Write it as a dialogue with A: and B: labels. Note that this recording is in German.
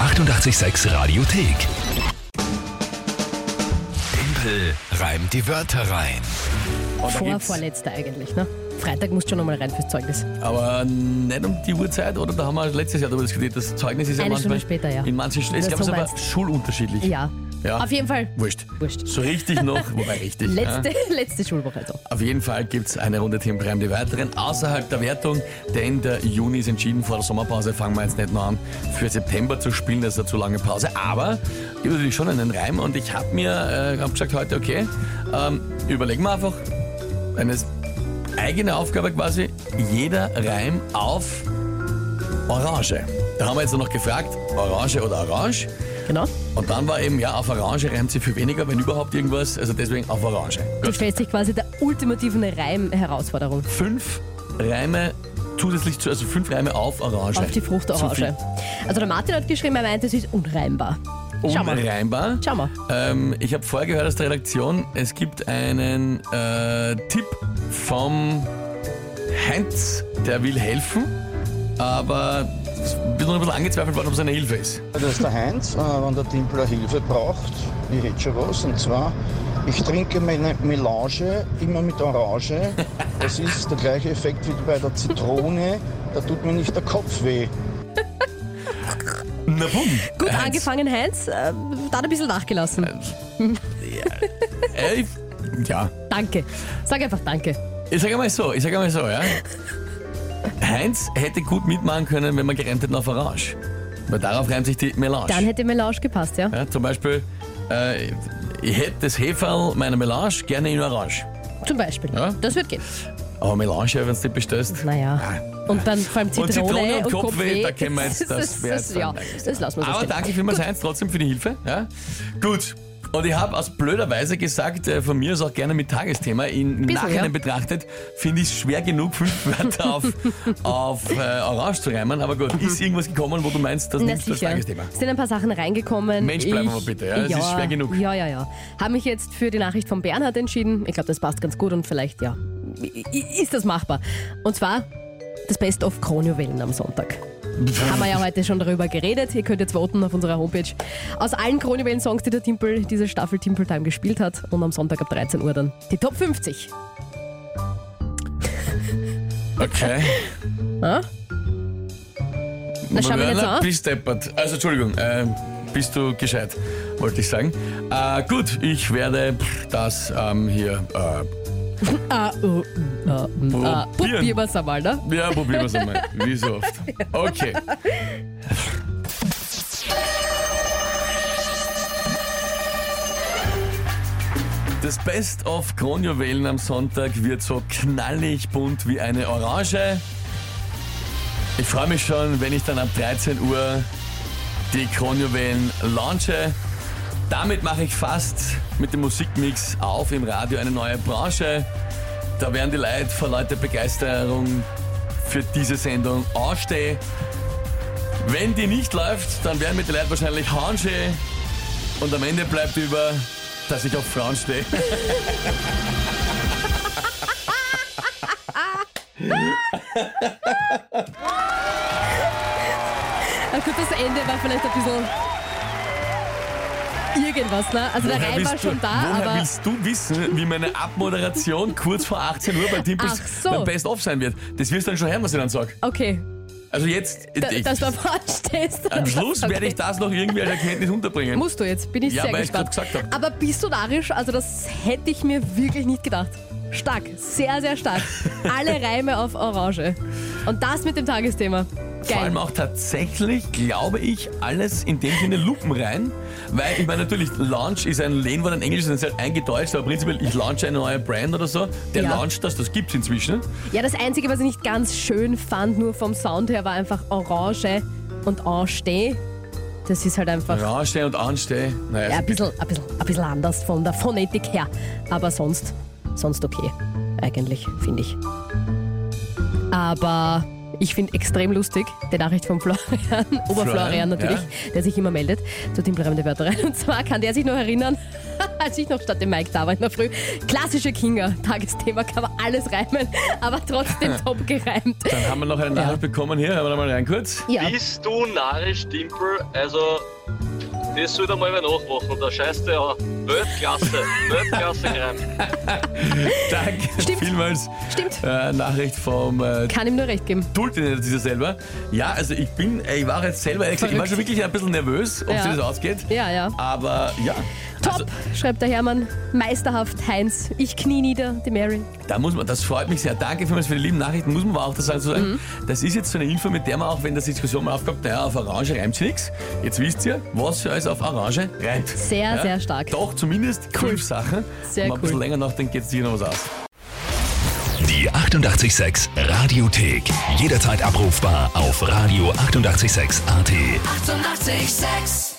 A: 886 Radiothek. Tempel reimt die Wörter rein.
B: Und Oh, da
C: Vor,
B: geht's.
C: vorletzter eigentlich, ne? Freitag musst du schon nochmal rein fürs Zeugnis.
B: Aber nicht um die Uhrzeit, oder? Da haben wir letztes Jahr darüber diskutiert. Das Zeugnis ist ja
C: Eine
B: manchmal.
C: Stunde später, ja.
B: In manchen Städten. Es
C: Das
B: gab
C: so
B: aber
C: meinst.
B: schulunterschiedlich.
C: Ja.
B: Ja.
C: Auf jeden Fall.
B: Wurscht.
C: Wurscht.
B: So richtig noch, wobei richtig.
C: Letzte,
B: ja.
C: letzte Schulwoche also.
B: Auf jeden Fall gibt es eine Runde Themen Prime, die weiteren außerhalb der Wertung, denn der Juni ist entschieden, vor der Sommerpause fangen wir jetzt nicht noch an, für September zu spielen, das ist eine zu lange Pause, aber gibt natürlich schon einen Reim und ich habe mir äh, hab gesagt heute, okay, ähm, überlegen wir einfach eine eigene Aufgabe quasi, jeder Reim auf Orange. Da haben wir jetzt noch gefragt, Orange oder Orange?
C: Genau.
B: Und dann war eben, ja, auf Orange reimt sich viel weniger, wenn überhaupt irgendwas, also deswegen auf Orange.
C: Du stellst dich quasi der ultimativen Reim-Herausforderung.
B: fünf Reime zusätzlich zu, also fünf Reime auf Orange.
C: Auf die
B: Zu viel.
C: Fruchtorange. Also der Martin hat geschrieben, er meint, es ist unreimbar. Schau mal.
B: Unreinbar.
C: Schau mal.
B: Ähm, ich habe vorher gehört aus der Redaktion, es gibt einen äh, Tipp vom Heinz, der will helfen, aber es bin noch ein bisschen angezweifelt worden, ob es eine Hilfe ist.
D: Das ist der Heinz, äh, wenn der Timpler Hilfe braucht, ich rede schon was, und zwar, ich trinke meine Melange immer mit Orange. Das ist der gleiche Effekt wie bei der Zitrone, da tut mir nicht der Kopf weh.
B: Na bumm.
C: Gut
B: Heinz.
C: angefangen, Heinz. Äh, da hat ein bisschen nachgelassen.
B: Äh, ich, ja.
C: Danke. Sag einfach Danke.
B: Ich sag einmal so, ich sag einmal so, ja. Heinz hätte gut mitmachen können, wenn man gereimt hätten auf Orange. Weil darauf reimt sich die Melange.
C: Dann hätte Melange gepasst, ja?
B: Ja, zum Beispiel, äh, ich hätte das Heferl meiner Melange gerne in Orange.
C: Zum Beispiel.
B: Ja.
C: Das wird gehen.
B: Aber Melange, wenn du es nicht bestellst.
C: Naja. Und dann vor allem
B: Und
C: Zitrone und,
B: Zitrone und Kopfweh,
C: Kopfweh.
B: da kennen wir jetzt, das wär jetzt
C: ja,
B: dann-
C: das lassen wir so
B: Aber
C: stehen.
B: danke vielmals, Heinz, trotzdem für die Hilfe. Ja? Gut. Und ich habe aus blöder Weise gesagt, äh, von mir aus auch gerne mit Tagesthema, in
C: Bisschen,
B: Nachhinein
C: ja.
B: betrachtet, finde ich es schwer genug, fünf Wörter auf, auf äh, Orange zu reimen. Aber gut, ist irgendwas gekommen, wo du meinst, das
C: Na
B: nimmst du als
C: sicher.
B: Tagesthema?
C: Es sind ein paar Sachen reingekommen.
B: Mensch, bleiben wir mal bitte, ja. Es ist schwer genug.
C: Ja, ja, ja. Habe mich jetzt für die Nachricht von Bernhard entschieden. Ich glaube, das passt ganz gut und vielleicht, ja, i- i- ist das machbar. Und zwar das Best of Kronjuwelen am Sonntag. Haben wir ja heute schon darüber geredet. Ihr könnt jetzt voten auf unserer Homepage. Aus allen Kronjuwelen-Songs, die der Timpel diese Staffel Timpel Time gespielt hat. Und am Sonntag ab 13 Uhr dann die Top 50.
B: Okay.
C: Ah? Na, schau mir
B: Werner,
C: jetzt an.
B: bist deppert. Also, Entschuldigung, äh, bist du gescheit, wollte ich sagen. Äh, gut, ich werde pff, das ähm, hier. Äh,
C: Ah, oh, mm, ah, mm, ah.
B: Probieren.
C: Probieren wir es einmal, ne?
B: ja, probieren wir es einmal. Wie so oft. Okay. Das Best of Kronjuwelen am Sonntag wird so knallig bunt wie eine Orange. Ich freue mich schon, wenn ich dann ab 13 Uhr die Kronjuwelen launche. Damit mache ich fast mit dem Musikmix auf im Radio eine neue Branche. Da werden die Leute vor Leute Begeisterung für diese Sendung ausstehen. Wenn die nicht läuft, dann werden mit den Leuten wahrscheinlich Hansche und am Ende bleibt über, dass ich auf Frauen stehe.
C: Na gut, das Ende war vielleicht ein bisschen irgendwas, ne? Also der Reim war
B: willst du-
C: schon da,
B: woher
C: aber
B: willst du wissen, wie meine Abmoderation kurz vor 18 Uhr bei Timpels
C: Ach so.
B: beim Best-of sein wird? Das wirst du dann schon hören, was ich dann sage.
C: okay,
B: Also jetzt,
C: da,
B: ich,
C: dass du am Rand stehst.
B: am Schluss
C: Okay.
B: werde ich das noch irgendwie als Erkenntnis unterbringen.
C: Musst du jetzt, bin ich
B: Ja,
C: sehr
B: weil ich's
C: gespannt.
B: grad gesagt hab.
C: aber bist du narrisch? Also das hätte ich mir wirklich nicht gedacht. Stark, sehr, sehr stark. Alle Reime auf Orange. Und das mit dem Tagesthema.
B: Vor
C: Geil.
B: allem auch tatsächlich, glaube ich, alles in dem Sinne Lupen rein. Weil, ich meine, natürlich, Launch ist ein Lehnwort, ein Englisch, das ist halt eingedeutscht, aber prinzipiell, ich launche eine neue Brand oder so. Der
C: Ja.
B: launcht das, das gibt's inzwischen.
C: Ja, das Einzige, was ich nicht ganz schön fand, nur vom Sound her, war einfach Orange und Ansteh. Das ist halt einfach...
B: Ranstehe und anstehe. Naja,
C: Ja,
B: ist
C: ein bisschen, ein, bisschen, ein bisschen anders von der Phonetik her. Aber sonst, sonst okay. Eigentlich, finde ich. Aber Ich finde extrem lustig die Nachricht von Florian, Oberflorian natürlich, der sich immer meldet zu Timpelreimende Wörter rein. Und zwar kann der sich noch erinnern, als ich noch statt dem Mike da war in der Früh. Klassische Kinga, Tagesthema, kann man alles reimen, aber trotzdem top gereimt.
B: Dann haben wir noch eine Nachricht bekommen hier. Hören wir da mal rein kurz.
C: Ja,
E: Bist du narrisch, Dimpel? Also, das sollte mal wer nachmachen. Da scheißt der auch. Weltklasse, Weltklasse rein.
B: Danke
C: Stimmt.
B: vielmals.
C: stimmt.
B: Äh, Nachricht vom äh,
C: Kann ihm nur recht geben.
B: Dulden dieser selber. Ja, also ich bin, äh, ich war jetzt selber, ehrlich gesagt, ich war schon
C: Verrückt.
B: wirklich ein bisschen nervös, ob
C: Ja.
B: es das ausgeht.
C: Ja, ja.
B: Aber ja,
C: Top, schreibt der Hermann. Meisterhaft, Heinz. Ich knie nieder, die Mary.
B: da muss man, das freut mich sehr. Danke vielmals für die lieben Nachrichten, muss man aber auch dazu sagen, zu sagen
C: Mhm.
B: das ist jetzt so eine Info, mit der man auch, wenn das Diskussion mal aufkommt, naja, auf Orange reimt nichts. Jetzt wisst ihr, was für alles auf Orange reimt.
C: Sehr, sehr stark.
B: Doch, zumindest fünf Sachen.
C: Sehr
B: Wenn man ein bisschen
C: cool.
B: länger nachdenkt, geht es hier noch was aus.
A: Die 886 Radiothek. Jederzeit abrufbar auf radio886.at. 886! 886.
F: 886